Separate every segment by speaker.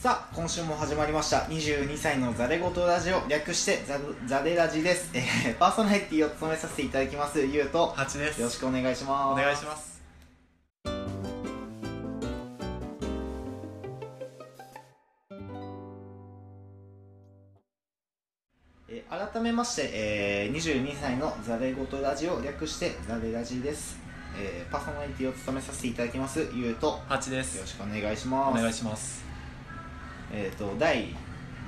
Speaker 1: さあ今週も始まりました22歳のザレ言ラジオ略してザザレラジです、えーパーソナリティを務めさせていただきますゆうとよ
Speaker 2: 八です
Speaker 1: ろしくお願いします
Speaker 2: お願いします
Speaker 1: えー改めまして、えー22歳のザレ言ラジオ略してザレラジです、えーパーソナリティを務めさせていただきますゆうとよ
Speaker 2: 八で
Speaker 1: ろ
Speaker 2: す
Speaker 1: しくお願いし
Speaker 2: お
Speaker 1: ます
Speaker 2: 願いします
Speaker 1: えっ、と第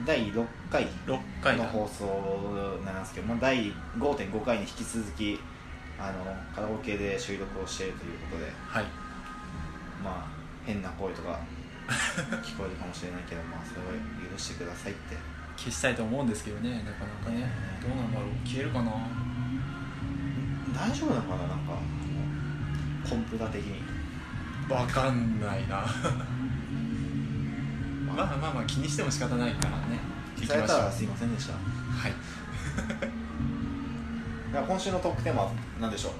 Speaker 1: 第6回
Speaker 2: 六回
Speaker 1: の
Speaker 2: だ
Speaker 1: 放送なんですけど、まあ、第5.5回に引き続きあのカラオケで収録をしているということで、
Speaker 2: はい
Speaker 1: まあ、変な声と か聞こえるかもしれないけど、まあ、それは許してくださいって
Speaker 2: 消したいと思うんですけどねなかなかねどうなんだろう消えるかな
Speaker 1: 大丈夫なのかななんかあのコンプラ的に、
Speaker 2: わかんない なまあまあまあ気にしても仕方ないからね行
Speaker 1: さ
Speaker 2: き
Speaker 1: れ
Speaker 2: ましょ
Speaker 1: た
Speaker 2: う
Speaker 1: らすいませんでしただ
Speaker 2: はい
Speaker 1: から今週のトークテーマは何でしょう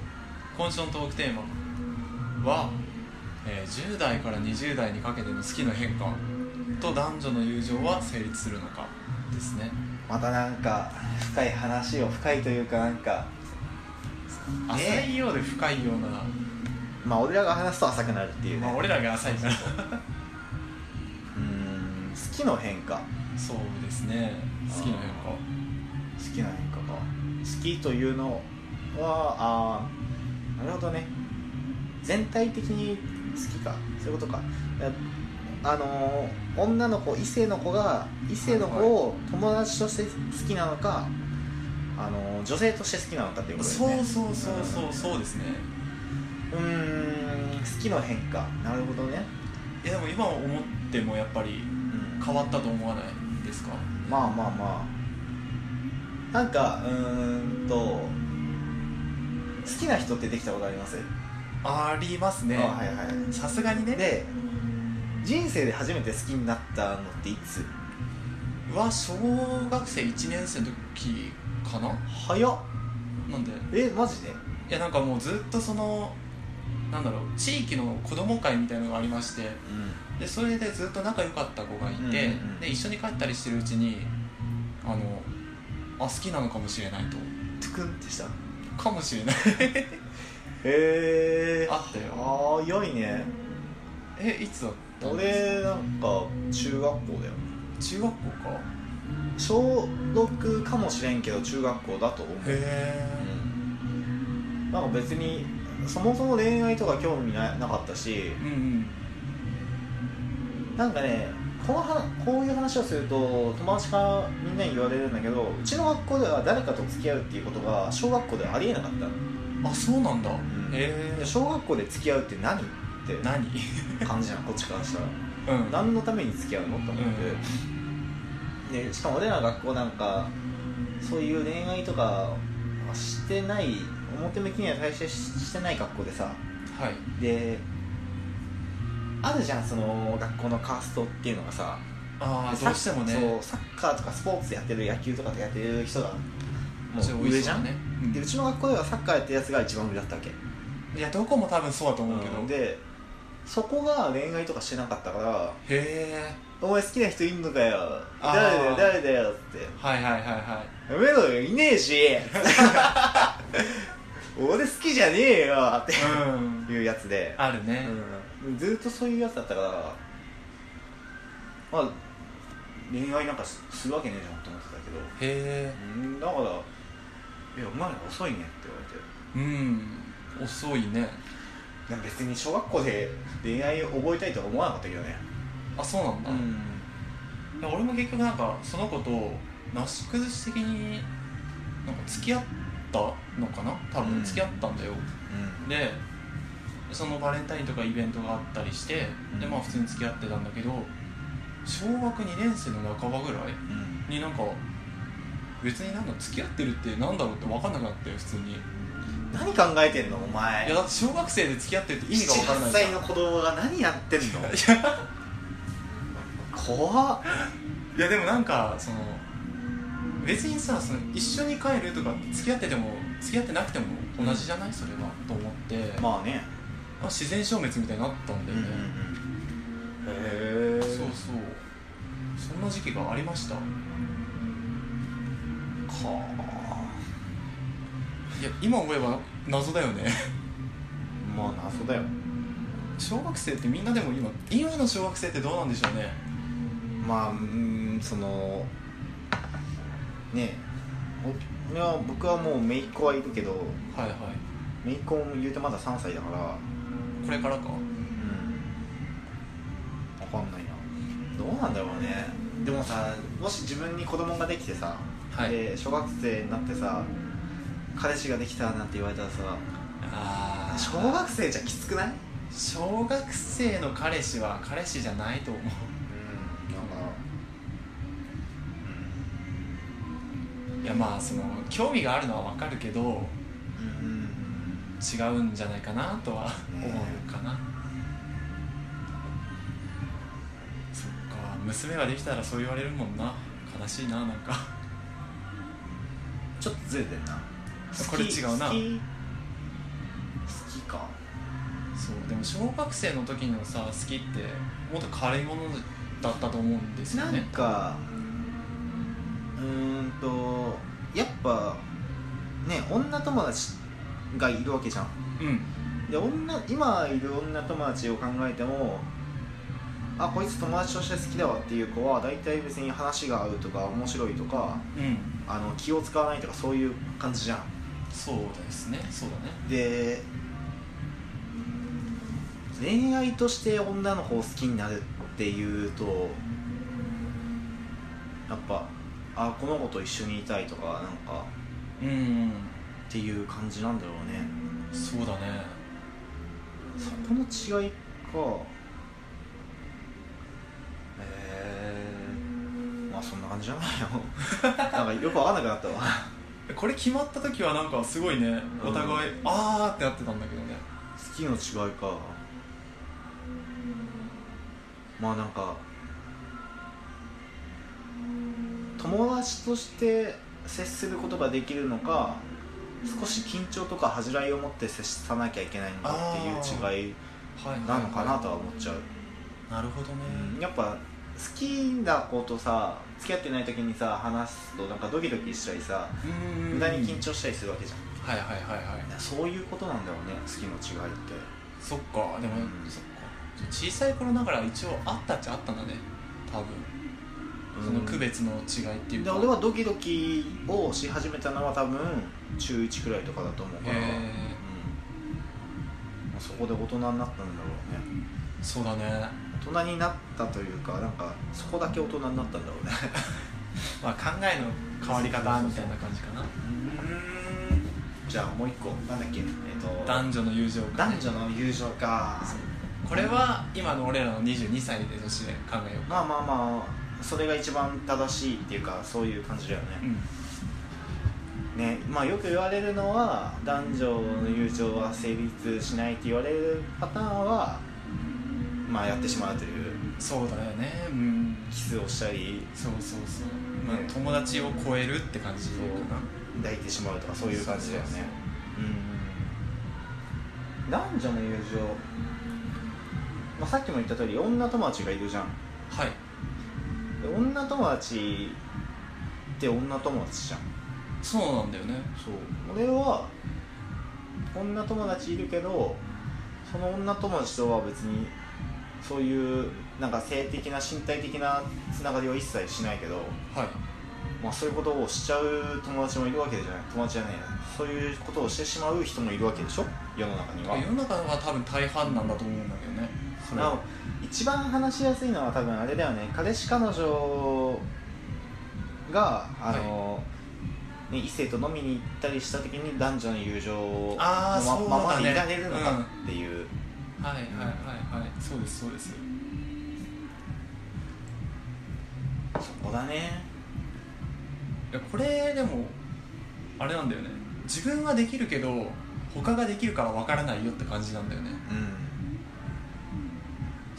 Speaker 2: 今週のトークテーマは、えー10代から20代にかけての好きの変化と男女の友情は成立するのかですね
Speaker 1: またなんか深い話を深いというかなんか
Speaker 2: 浅いようで深いような、
Speaker 1: まあ俺らが話すと浅くなるっていうね、
Speaker 2: まあ、俺らが浅いから
Speaker 1: うーん好きの変化
Speaker 2: そうですね好きな変
Speaker 1: あ好きな変化か好きというのはあーなるほどね全体的に好きかそういうことかだあのー女の子異性の子が異性の子を友達として好きなのか、あのー女性として好きなのかっていう
Speaker 2: 化
Speaker 1: ことです
Speaker 2: そう
Speaker 1: ね
Speaker 2: そうそうそうそうですね
Speaker 1: うーん好きの変化なるほどね、
Speaker 2: いやでも今思ってもやっぱり
Speaker 1: うん、
Speaker 2: 変わったと思わないですか
Speaker 1: まあまあまあなんかうーんと好きな人ってできたことあります
Speaker 2: ありますね
Speaker 1: あはいはい
Speaker 2: さすがにね
Speaker 1: で人生で初めて好きになったのっていつ
Speaker 2: は小学生1年生の時かな
Speaker 1: 早っ
Speaker 2: なんで
Speaker 1: えマジで
Speaker 2: いやなんかもうずっとそのなんだろう地域の子供会みたいのがありまして
Speaker 1: う
Speaker 2: でそれでずっと仲良かった子がいて、
Speaker 1: うんうんうん
Speaker 2: で一緒に帰ったりしてるうちにあのあ好きなのかもしれないと
Speaker 1: んトゥクンってしたへ
Speaker 2: かもしれない
Speaker 1: え
Speaker 2: あったよ
Speaker 1: あ早いね
Speaker 2: えいつだったんです
Speaker 1: 俺なんか中学校だよ
Speaker 2: 中学校か
Speaker 1: 小6かもしれんけど中学校だと思う
Speaker 2: へ
Speaker 1: うんなんか別にそもそも恋愛とか興味ななかったし
Speaker 2: えうんうん
Speaker 1: なんかねこのはこういう話をすると友達からみんなに言われるんだけどうちの学校では誰かと付き合うっていうことが小学校ではありえなかったの
Speaker 2: あそうなんだ、
Speaker 1: ん
Speaker 2: へ
Speaker 1: いや
Speaker 2: え
Speaker 1: 小学校で付き合うって何って
Speaker 2: 何
Speaker 1: 感じなのこっちからしたら
Speaker 2: うん
Speaker 1: 何のために付き合うのと思って、でしかも俺らの学校なんかそういう恋愛とかはしてない表向きには対してししてない学校でさ
Speaker 2: はい
Speaker 1: であるじゃんその学校のカーストっていうのがさ
Speaker 2: ああ
Speaker 1: で
Speaker 2: どうしてもね
Speaker 1: そうサッカーとかスポーツやってる野球とかやってる人がも
Speaker 2: ちょっ
Speaker 1: う
Speaker 2: と多い
Speaker 1: 上
Speaker 2: 人
Speaker 1: じゃん、
Speaker 2: ね、
Speaker 1: でうちの学校ではサッカーやってるやつが一番上だったわけ
Speaker 2: うんいやどこも多分そうだと思うけど、
Speaker 1: うん
Speaker 2: へ
Speaker 1: でそこが恋愛とかしてなかったから
Speaker 2: え
Speaker 1: 「お前好きな人いんのかよ
Speaker 2: あー
Speaker 1: 誰だよ誰だよ」って
Speaker 2: はいはいはいは
Speaker 1: 「
Speaker 2: い
Speaker 1: やめろよいねえ し」俺好きじゃねえよ」っ
Speaker 2: うん
Speaker 1: ていうやつで、
Speaker 2: あるね、
Speaker 1: うん、ずっとそういうやつだったからまあ恋愛なんかすするわけねえじゃんと思ってたけど
Speaker 2: へえ
Speaker 1: うんだから「いやお前ら遅いね」って言われて
Speaker 2: うん遅いね
Speaker 1: いや別に小学校で恋愛を覚えたいとは思わなかったけどね
Speaker 2: あそうなんだ、
Speaker 1: ん
Speaker 2: で俺も結局なんかその子となし崩し的になんか付き合ったのかな多
Speaker 1: う
Speaker 2: 分
Speaker 1: ん
Speaker 2: 付き合ったんだよ、でそのバレンタインとかイベントがあったりして、
Speaker 1: うん
Speaker 2: でまあ普通に付き合ってたんだけど小学2年生の半ばぐらい
Speaker 1: うん、うん、
Speaker 2: になんか別になんだ付き合ってるってなんだろうって分かんなくなって普通にい
Speaker 1: 何考えてんのお前
Speaker 2: やだって小学生で付き合ってるって意味が分からな
Speaker 1: 7
Speaker 2: いじゃ
Speaker 1: 歳
Speaker 2: ん
Speaker 1: の子供が何やってんの怖っ
Speaker 2: いやでもなんかその別にさその一緒に帰るとか付き合ってても付き合ってなくても同じじゃない、それはと思って、ま
Speaker 1: まあね
Speaker 2: あ、自然消滅みたいになったんだよね、
Speaker 1: へえ
Speaker 2: そうそうな時期がありましたい
Speaker 1: は
Speaker 2: や今思えば謎だよね
Speaker 1: あ まあ謎だよ
Speaker 2: 小学生ってみんなでも今今の小学生ってどうなんでしょうね
Speaker 1: まあうーんそのねえお俺は僕はもう姪っ子はいるけど
Speaker 2: はいはい
Speaker 1: 姪っ子も言うてまだ3歳だから
Speaker 2: これからか
Speaker 1: うん分かんないなどうなんだろうねでもさもし自分に子供ができてさ、
Speaker 2: はい
Speaker 1: で小学生になってさ彼氏ができたなんて言われたらさ
Speaker 2: ああ
Speaker 1: 小学生じゃきつくない
Speaker 2: 小学生の彼氏は彼氏じゃないと思う
Speaker 1: うんなんか
Speaker 2: いやまあその興味があるのはわかるけど
Speaker 1: うん、
Speaker 2: 違うんじゃないかなとは
Speaker 1: ね
Speaker 2: 思うかな、そっか娘ができたらそう言われるもんな悲しいななんか
Speaker 1: ちょっとずれてんな
Speaker 2: これ違うな
Speaker 1: 好き好きか
Speaker 2: そうでも小学生の時のさ好きってもっと軽いものだったと思うんですよ
Speaker 1: なん
Speaker 2: ね
Speaker 1: かうーんとやっぱね女友達がいるわけじゃん
Speaker 2: うん
Speaker 1: で女今いる女友達を考えてもあこいつ友達として好きだわっていう子は大体別に話が合うとか面白いとか
Speaker 2: うん
Speaker 1: あの気を使わないとかそういう感じじゃん
Speaker 2: そうですねそうだね
Speaker 1: で恋愛として女の子を好きになるっていうとやっぱあこの子と一緒にいたいとかなんか
Speaker 2: うん
Speaker 1: っていう感じなんだろうね
Speaker 2: そうだね
Speaker 1: そこの違いかえー、まあそんな感じじゃないよ なんかよくわかんなくなったわ
Speaker 2: これ決まった時はなんかすごいねお互い、あーってなってたんだけどね
Speaker 1: 好きの違いかまあなんか友達として接することができるのか少し緊張とか恥じらいを持って接さなきゃいけないのかっていう違い
Speaker 2: はいはいはい
Speaker 1: なのかなとは思っちゃう
Speaker 2: なるほどね
Speaker 1: やっぱ好きな子とさ付き合ってない時にさ話すとなんかドキドキしたりさ
Speaker 2: うん
Speaker 1: 無駄に緊張したりするわけじゃん、
Speaker 2: はいはいはいはい
Speaker 1: そういうことなんだろうね好きの違いって
Speaker 2: そっかでも、
Speaker 1: うん
Speaker 2: そっか小さい頃ながら一応あったっちゃあったんだね多分その区別の違いっていう
Speaker 1: で
Speaker 2: か、
Speaker 1: 俺はドキドキをし始めたのは多分中1くらいとかだと思うから、うん
Speaker 2: へ
Speaker 1: まあそこで大人になったんだろうね
Speaker 2: えそうだね、
Speaker 1: 大人になったというかなんかそこだけ大人になったんだろうね
Speaker 2: まあ、考えの変わり方みたいな感じかな
Speaker 1: じゃあもう一個なんだっけえっ、と
Speaker 2: 男女の友情かね、
Speaker 1: 男女の友情か
Speaker 2: これは今の俺らの22歳で女子で考えようか
Speaker 1: まあまあまあそれが一番正しいっていうかそういう感じだよ
Speaker 2: う
Speaker 1: ね,、
Speaker 2: ん
Speaker 1: ねまあよく言われるのは男女の友情は成立しないって言われるパターンはまあやってしまうという
Speaker 2: そうだよねうん
Speaker 1: キスをしたり
Speaker 2: そうそうそう、ま
Speaker 1: ね
Speaker 2: あ、友達を超えるって感じかな
Speaker 1: 抱いてしまうとかそういう感じだよね
Speaker 2: そうそう
Speaker 1: うん男女の友情、まあ、さっきも言った通り女友達がいるじゃん
Speaker 2: はい
Speaker 1: で女友達って女友達じゃん
Speaker 2: そうなんだよね
Speaker 1: そう俺は女友達いるけどその女友達とは別にそういうなんか性的な身体的なつながりを一切しないけど、
Speaker 2: はい
Speaker 1: まあ、そういうことをしちゃう友達もいるわけじゃない友達じゃないそういうことをしてしまう人もいるわけでしょ世の中には
Speaker 2: 世の中は多分大半なんだと思うんだけどねそれ
Speaker 1: なお一番話しやすいのは多分あれだよね彼氏彼女があの、ね異性と飲みに行ったりした時に男女の友情の
Speaker 2: あー
Speaker 1: ま
Speaker 2: そうだね
Speaker 1: ままでいられるのかっていう、
Speaker 2: はいはいはいはいそうですそうです
Speaker 1: そこだね
Speaker 2: いやこれでもあれなんだよね自分はできるけど他ができるからわからないよって感じなんだよね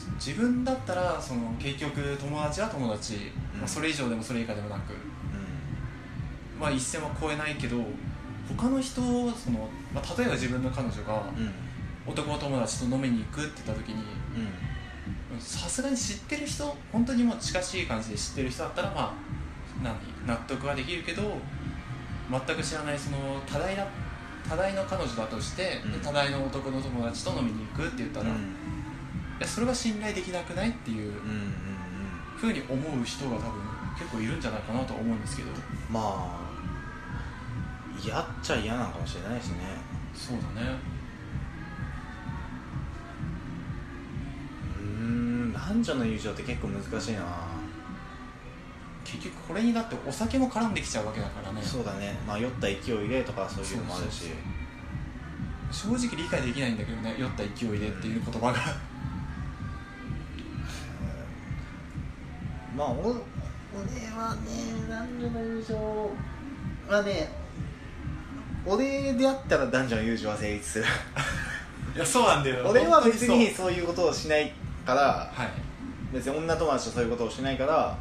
Speaker 1: うん
Speaker 2: 自分だったらその結局友達は友達、
Speaker 1: うん
Speaker 2: まあ、それ以上でもそれ以下でもなく、まあ、一線は越えないけど他の人をその、まあ、例えば自分の彼女が
Speaker 1: うんうん
Speaker 2: 男友達と飲みに行くって言った時に、
Speaker 1: うん
Speaker 2: もさすがに知ってる人本当にもう近しい感じで知ってる人だったらまあ何納得はできるけど全く知らないその多大な多大の彼女だとして、
Speaker 1: うん
Speaker 2: で多大の男の友達と飲みに行くって言ったら、いやそれは信頼できなくないっていう
Speaker 1: うんうんうん
Speaker 2: ふうに思う人が多分結構いるんじゃないかなと思うんですけど
Speaker 1: まあ嫌っちゃ嫌なのかもしれないしね
Speaker 2: そうだね
Speaker 1: うーん男女の友情って結構難しいな、
Speaker 2: 結局これにだってお酒も絡んできちゃうわけだからね
Speaker 1: そうだねまあ酔った勢いでとかそういうのもあるし
Speaker 2: そうそう正直理解できないんだけどね酔った勢いでっていう言葉が
Speaker 1: まあお俺はね男女の友情はね俺であったら男女の友情は成 立する
Speaker 2: いやそうなんだよ
Speaker 1: 俺は別に
Speaker 2: 本
Speaker 1: そういうことをしないから
Speaker 2: 当にそうはい
Speaker 1: 別に女友達とそういうことをしないから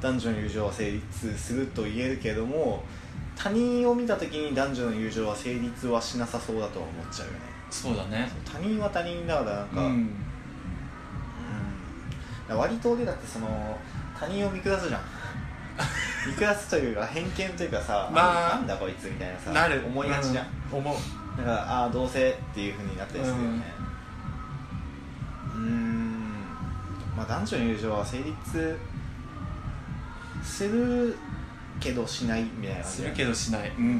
Speaker 1: 男女の友情は成立すると言えるけども他人を見た時に男女の友情は成立はしなさそうだとは思っちゃうよね
Speaker 2: そうだね
Speaker 1: 他人は他人だからなん
Speaker 2: う
Speaker 1: か、
Speaker 2: ん
Speaker 1: うん割と俺だってその他人を見下 すじゃん見下すというか偏見というかさ、
Speaker 2: まあ
Speaker 1: なんだこいつみたいなさ
Speaker 2: なる
Speaker 1: 思いがちじゃん、
Speaker 2: うん思う
Speaker 1: だからああどうせっていうふうになったりするよねうんまあ男女の友情は成立するけどしないみたいな感じ
Speaker 2: するけ
Speaker 1: ど
Speaker 2: どしないうん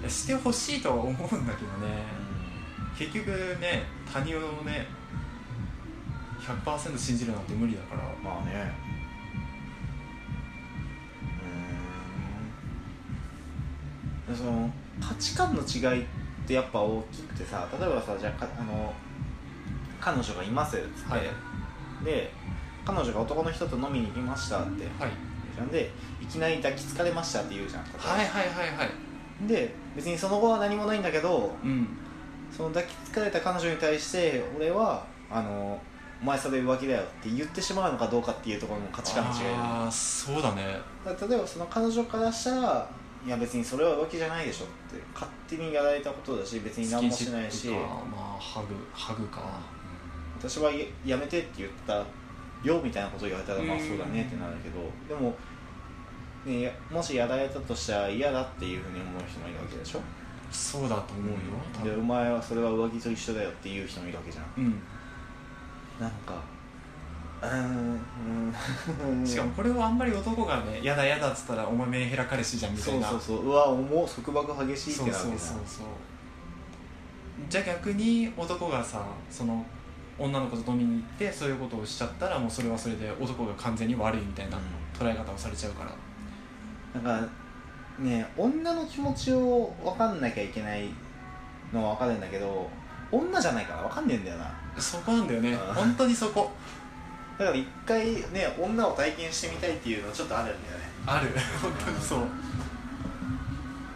Speaker 2: いやしてほしいとは思うんだけどね結局ね他人をね100%信じるなんて無理だから
Speaker 1: まあねうーんその価値観の違いってやっぱ大きくてさ例えばさじゃあかあの彼女がいますっつって、
Speaker 2: はい
Speaker 1: で彼女が男の人と飲みに行きましたって
Speaker 2: はい
Speaker 1: なんでいきなり抱きつかれましたって言うじゃん例えば
Speaker 2: はいはいはいはい
Speaker 1: で別にその後は何もないんだけど
Speaker 2: うん
Speaker 1: その抱きつかれた彼女に対して俺はあのお前それ浮気だよって言ってしまうのかどうかっていうところの価値観の違いだよね
Speaker 2: ああそうだね
Speaker 1: だから例えばその彼女からしたらいや別にそれは浮気じゃないでしょって勝手にやられたことだし別に何もしない
Speaker 2: ス
Speaker 1: し
Speaker 2: キンシップかまあハグハグか
Speaker 1: 私はややめてって言ったよみたいなことを言われたらまあ
Speaker 2: うん
Speaker 1: そうだねってなるけどでも、ね、やもしやられたとしたら嫌だっていうふうに思う人もいるわけでしょ
Speaker 2: そうだと思うよ多
Speaker 1: でお
Speaker 2: 分
Speaker 1: 前はそれは浮気と一緒だよっていう人もいるわけじゃん
Speaker 2: うん
Speaker 1: なんかうーんうーん
Speaker 2: しかもこれをあんまり男がね「やだやだ」っつったら「お前メンヘラ彼氏じゃん」みた
Speaker 1: そ
Speaker 2: いうな
Speaker 1: そうそううわもう束縛激しいっ
Speaker 2: そ
Speaker 1: て
Speaker 2: う
Speaker 1: なる
Speaker 2: そ
Speaker 1: わ
Speaker 2: う
Speaker 1: けじゃ
Speaker 2: そ
Speaker 1: ん
Speaker 2: うそうじゃあ逆に男がさその女の子と飲みに行ってそういうことをしちゃったらもうそれはそれで男が完全に悪いみたいな
Speaker 1: うん
Speaker 2: 捉え方をされちゃうから
Speaker 1: なんかね女の気持ちを分かんなきゃいけないのは分かるんだけど女じゃないから分かんねえんだよな
Speaker 2: そこなんだよね
Speaker 1: あー
Speaker 2: 本当にそこ
Speaker 1: だから一回ね女を体験してみたいっていうのはちょっとあるんだよね
Speaker 2: ある本当にそう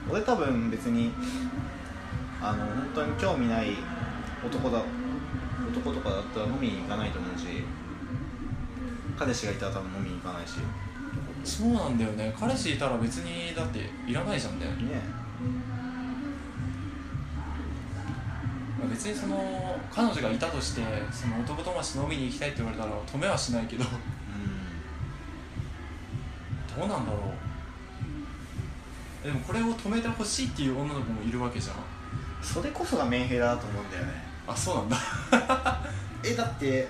Speaker 1: 俺多分別にあの本当に興味ない男だ男とかだったら飲みに行かないと思うし彼氏がいたら多分飲みに行かないしね
Speaker 2: そうなんだよね彼氏いたら別にだっていらないじゃんねまあ別にその彼女がいたとしてその男友達と飲みに行きたいって言われたら止めはしないけど
Speaker 1: う
Speaker 2: どうなんだろうでもこれを止めてほしいっていう女の子もいるわけじゃん
Speaker 1: んそれこそがメンヘラだと思うんだよね
Speaker 2: あそうなんだ
Speaker 1: えだって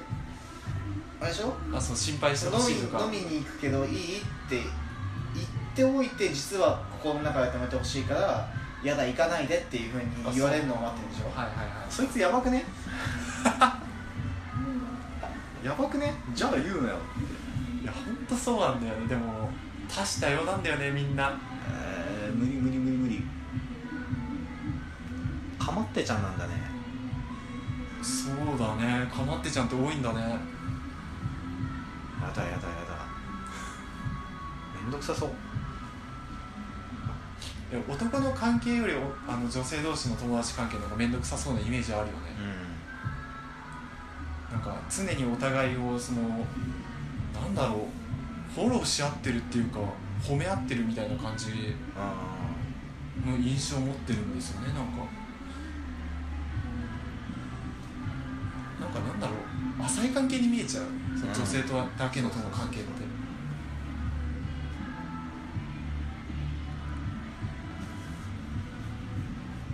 Speaker 1: あれでしょ
Speaker 2: あそう心配してほ
Speaker 1: 飲
Speaker 2: し
Speaker 1: み
Speaker 2: いとか
Speaker 1: 飲みに行くけどいいって言っておいて実は心の中で止めてほしいからやだ行かないでっていうふうに言われるのを待ってるでしょ
Speaker 2: はいはいはい
Speaker 1: そいつやばくねやばくねじゃあ言うなよ
Speaker 2: いや本当そうなんだよねでも多種多様なんだよねみんな
Speaker 1: えー無理無理無理無理かまってちゃんなんだね
Speaker 2: そうだねかまってちゃんって多いんだね
Speaker 1: やだやだやだめんどくさそう
Speaker 2: いや男の関係よりおあの女性同士の友達関係の方が面倒くさそうなイメージあるよね
Speaker 1: う
Speaker 2: なんか常にお互いをそのなんだろうフォローし合ってるっていうか褒め合ってるみたいな感じ
Speaker 1: んあ
Speaker 2: の印象を持ってるんですよねなんかなんかなんだろう浅い関係に見えちゃうそ
Speaker 1: う
Speaker 2: の
Speaker 1: ん
Speaker 2: 女性とだけのとの関係って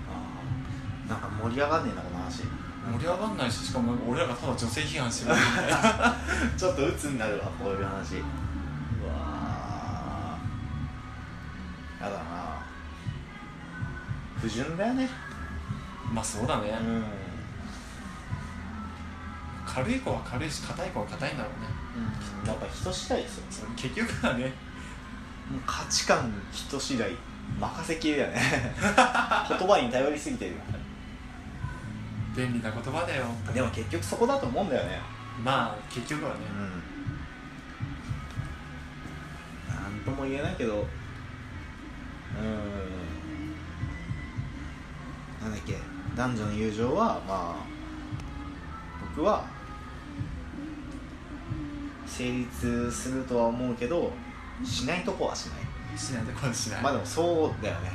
Speaker 1: あーなんか盛り上がんねえなこの話
Speaker 2: 盛り上がんないししかも俺らがただ女性批判してるみたいな
Speaker 1: ちょっと鬱になるわこういう話うわーやだな不純だよね
Speaker 2: まあそうだね、
Speaker 1: うん、うん、
Speaker 2: 軽い子は軽いし硬い子は硬いんだろうね
Speaker 1: やっぱ人次第ですよ
Speaker 2: それ結局はね
Speaker 1: もう価値観人次第任せきりだ よね言葉に頼りすぎてるよ
Speaker 2: 便利な言葉だよ
Speaker 1: でも結局そこだと思うんだよね
Speaker 2: まあ結局はね
Speaker 1: うんなんとも言えないけどうーんなんだっけ男女の友情はまあ僕は成立するとは思うけどしないとこはしない
Speaker 2: しないとこはしない
Speaker 1: まあ
Speaker 2: ま
Speaker 1: でもそうだよね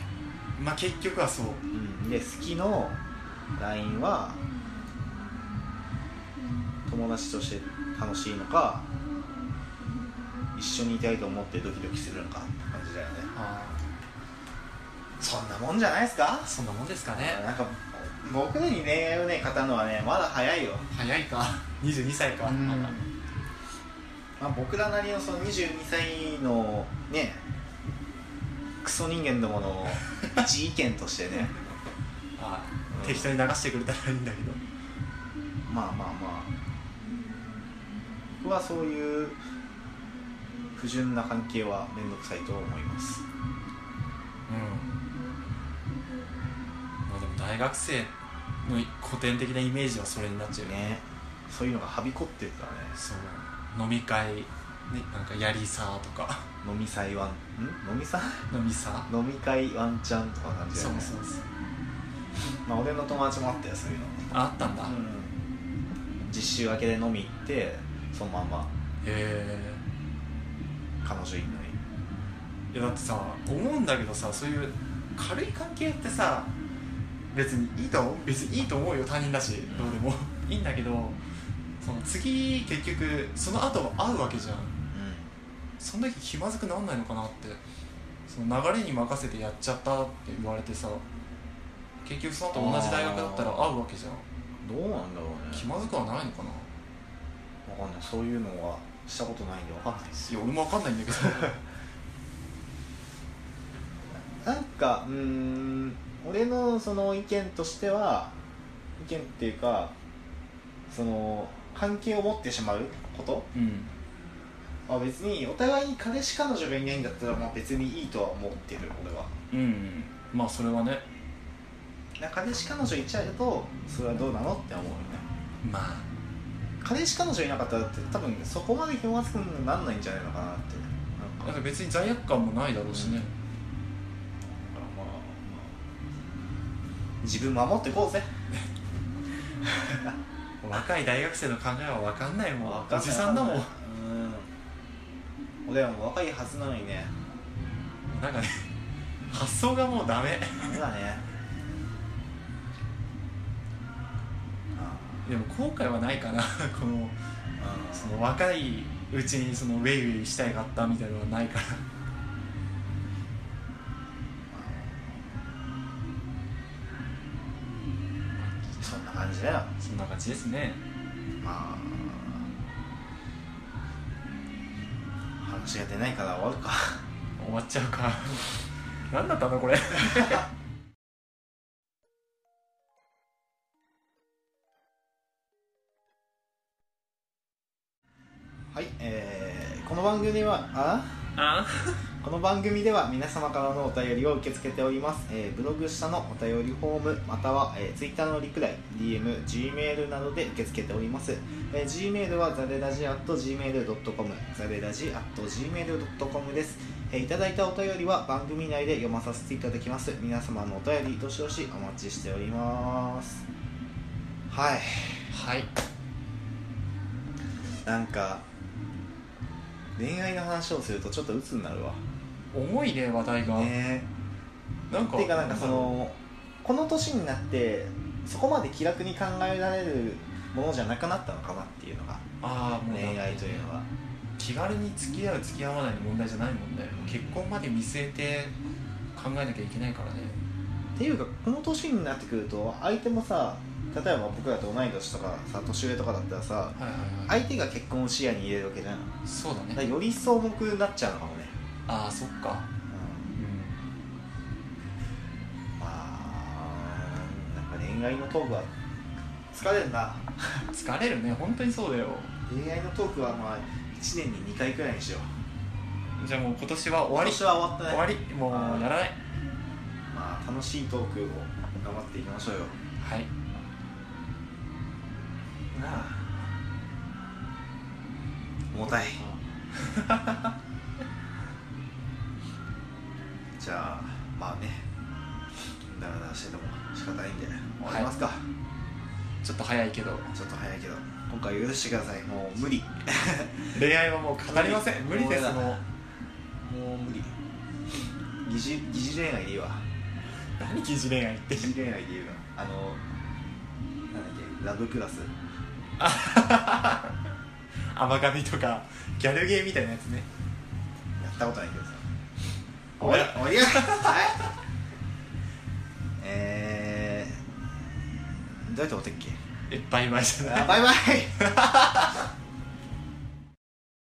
Speaker 2: あ結局はそう
Speaker 1: うん、で好きの LINE は友達として楽しいのか一緒にいたいと思ってドキドキするのかって感じだよね
Speaker 2: あ
Speaker 1: そんなもんじゃないですか
Speaker 2: あそんなもんですかね
Speaker 1: なんか僕らに恋愛をね語るのはねまだ早いよ、
Speaker 2: 早いか22歳 か、
Speaker 1: うん
Speaker 2: まだ
Speaker 1: まあ、僕らなりのその22歳のねクソ人間どもの一意見としてね
Speaker 2: あ
Speaker 1: うん
Speaker 2: あ適当に流してくれたらいいんだけど
Speaker 1: まあまあまあ僕はそういう不純な関係は面倒くさいと思います
Speaker 2: うんまあでも大学生の古典的なイメージはそれになっちゃうよ
Speaker 1: ねそういうのがはびこってるからね
Speaker 2: そう飲み会ねなんかやりさとか
Speaker 1: 飲み祭ワンん飲みさ
Speaker 2: 飲みさ
Speaker 1: 飲み会ワンチャンとか感じだ
Speaker 2: そ
Speaker 1: よ
Speaker 2: う
Speaker 1: ね
Speaker 2: そうそう
Speaker 1: まあ俺の友達もあったよそういうの、
Speaker 2: ああったんだ、へ
Speaker 1: うん、実習明けで飲み行ってそのまま
Speaker 2: え
Speaker 1: 彼女いんのに
Speaker 2: いやだってさ思うんだけどさそういう軽い関係ってさ別にいいと思う別にいいと思うよ他人だしどうでもいいんだけどその次結局その後会うわけじゃんその時気まずくなんないのかなってその流れに任せてやっちゃったって言われてさ結局その後同じ大学だったら会うわけじゃん
Speaker 1: うんどうなんだろうね
Speaker 2: 気まずくはないのかな
Speaker 1: わかんないそういうのはしたことないんでわかんないです
Speaker 2: いや俺も分かんないんだけど
Speaker 1: なんかうーん俺のその意見としては意見っていうかその関係を持ってしまうこと
Speaker 2: うん
Speaker 1: あ別にお互いに彼氏彼女がいないんだったらまあ別にいいとは思ってる俺は
Speaker 2: うんまあそれはね
Speaker 1: なんか彼氏彼女いちゃうとそれはどうなのって思うよね
Speaker 2: まあ
Speaker 1: 彼氏彼女いなかったらだって多分そこまで気まずくなんないんじゃないのかなって
Speaker 2: だ
Speaker 1: なんか
Speaker 2: って別に罪悪感もないだろうしね、
Speaker 1: まあまあ自分守ってこうぜ
Speaker 2: 若い大学生の考えは分かんないもん
Speaker 1: 若
Speaker 2: おじさんだもん
Speaker 1: 俺らも若いはずなのにね
Speaker 2: なんかね発想がもうダメ
Speaker 1: そうだねあ
Speaker 2: でも後悔はないかな この
Speaker 1: あ
Speaker 2: その若いうちにそのウェイウェイしたいかったみたいなのはないから
Speaker 1: そんな感じだよ
Speaker 2: そんな感じですね
Speaker 1: まあ話が出ないから終わるか
Speaker 2: 終わっちゃうか 何だったのこれ
Speaker 1: はいえー、この番組はあ
Speaker 2: あ
Speaker 1: この番組では皆様からのお便りを受け付けております、えーブログ下のお便りフォームまたは、えー、Twitter のリプライ DM、Gmail などで受け付けております、えー Gmail はザレラジ at gmail.com ザレラジ at gmail.com です、えーいただいたお便りは番組内で読まさせていただきます皆様のお便りどしどしお待ちしておりますはい
Speaker 2: はい
Speaker 1: なんか恋愛の話をするとちょっと鬱になるわ
Speaker 2: 重いね話題が、
Speaker 1: ねえ
Speaker 2: なんか
Speaker 1: っていうかなんかそのこの年になってそこまで気楽に考えられるものじゃなくなったのかなっていうのが
Speaker 2: ああもう
Speaker 1: 恋愛というのは
Speaker 2: 気軽に付き合う付き合わないの問題じゃないもんね
Speaker 1: うん
Speaker 2: 結婚まで見据えて考えなきゃいけないからね
Speaker 1: っていうかこの年になってくると相手もさ例えば僕らと同い年とかさ年上とかだったらさ
Speaker 2: はいはいはい
Speaker 1: 相手が結婚を視野に入れるわけじゃんだ
Speaker 2: そうだ
Speaker 1: から
Speaker 2: ね
Speaker 1: より一層重くなっちゃうのかもね、
Speaker 2: ああそっかうん
Speaker 1: まあなんか恋愛のトークは疲れるな
Speaker 2: 疲れるね本当にそうだよ
Speaker 1: 恋愛のトークはまあ1年に2回くらいにしよう
Speaker 2: じゃあもう今年は終わ
Speaker 1: 今
Speaker 2: り
Speaker 1: 年は終わったね
Speaker 2: 終わりもうやらない
Speaker 1: まあ楽しいトークを頑張っていきましょうよ
Speaker 2: はい
Speaker 1: なあ重たい じゃあまあねだらだらしてても仕方ないんで終わりますか、
Speaker 2: ちょっと早いけど
Speaker 1: ちょっと早いけど今回許してくださいもう無理
Speaker 2: 恋愛はもう語りませ ん無
Speaker 1: 無
Speaker 2: 理
Speaker 1: 理
Speaker 2: です
Speaker 1: もうやだ
Speaker 2: もう
Speaker 1: もう無理疑似疑似恋愛でいいわ
Speaker 2: 何記事恋愛って
Speaker 1: 疑似恋愛でいいわあのなんだっけラブクラス
Speaker 2: 甘噛みとかギャルゲーみたいなやつね
Speaker 1: やったことないけどさ
Speaker 2: 終わり
Speaker 1: 終わりやはいえーどうやって終わったっけ
Speaker 2: えバイバイじゃない
Speaker 1: あバイバイ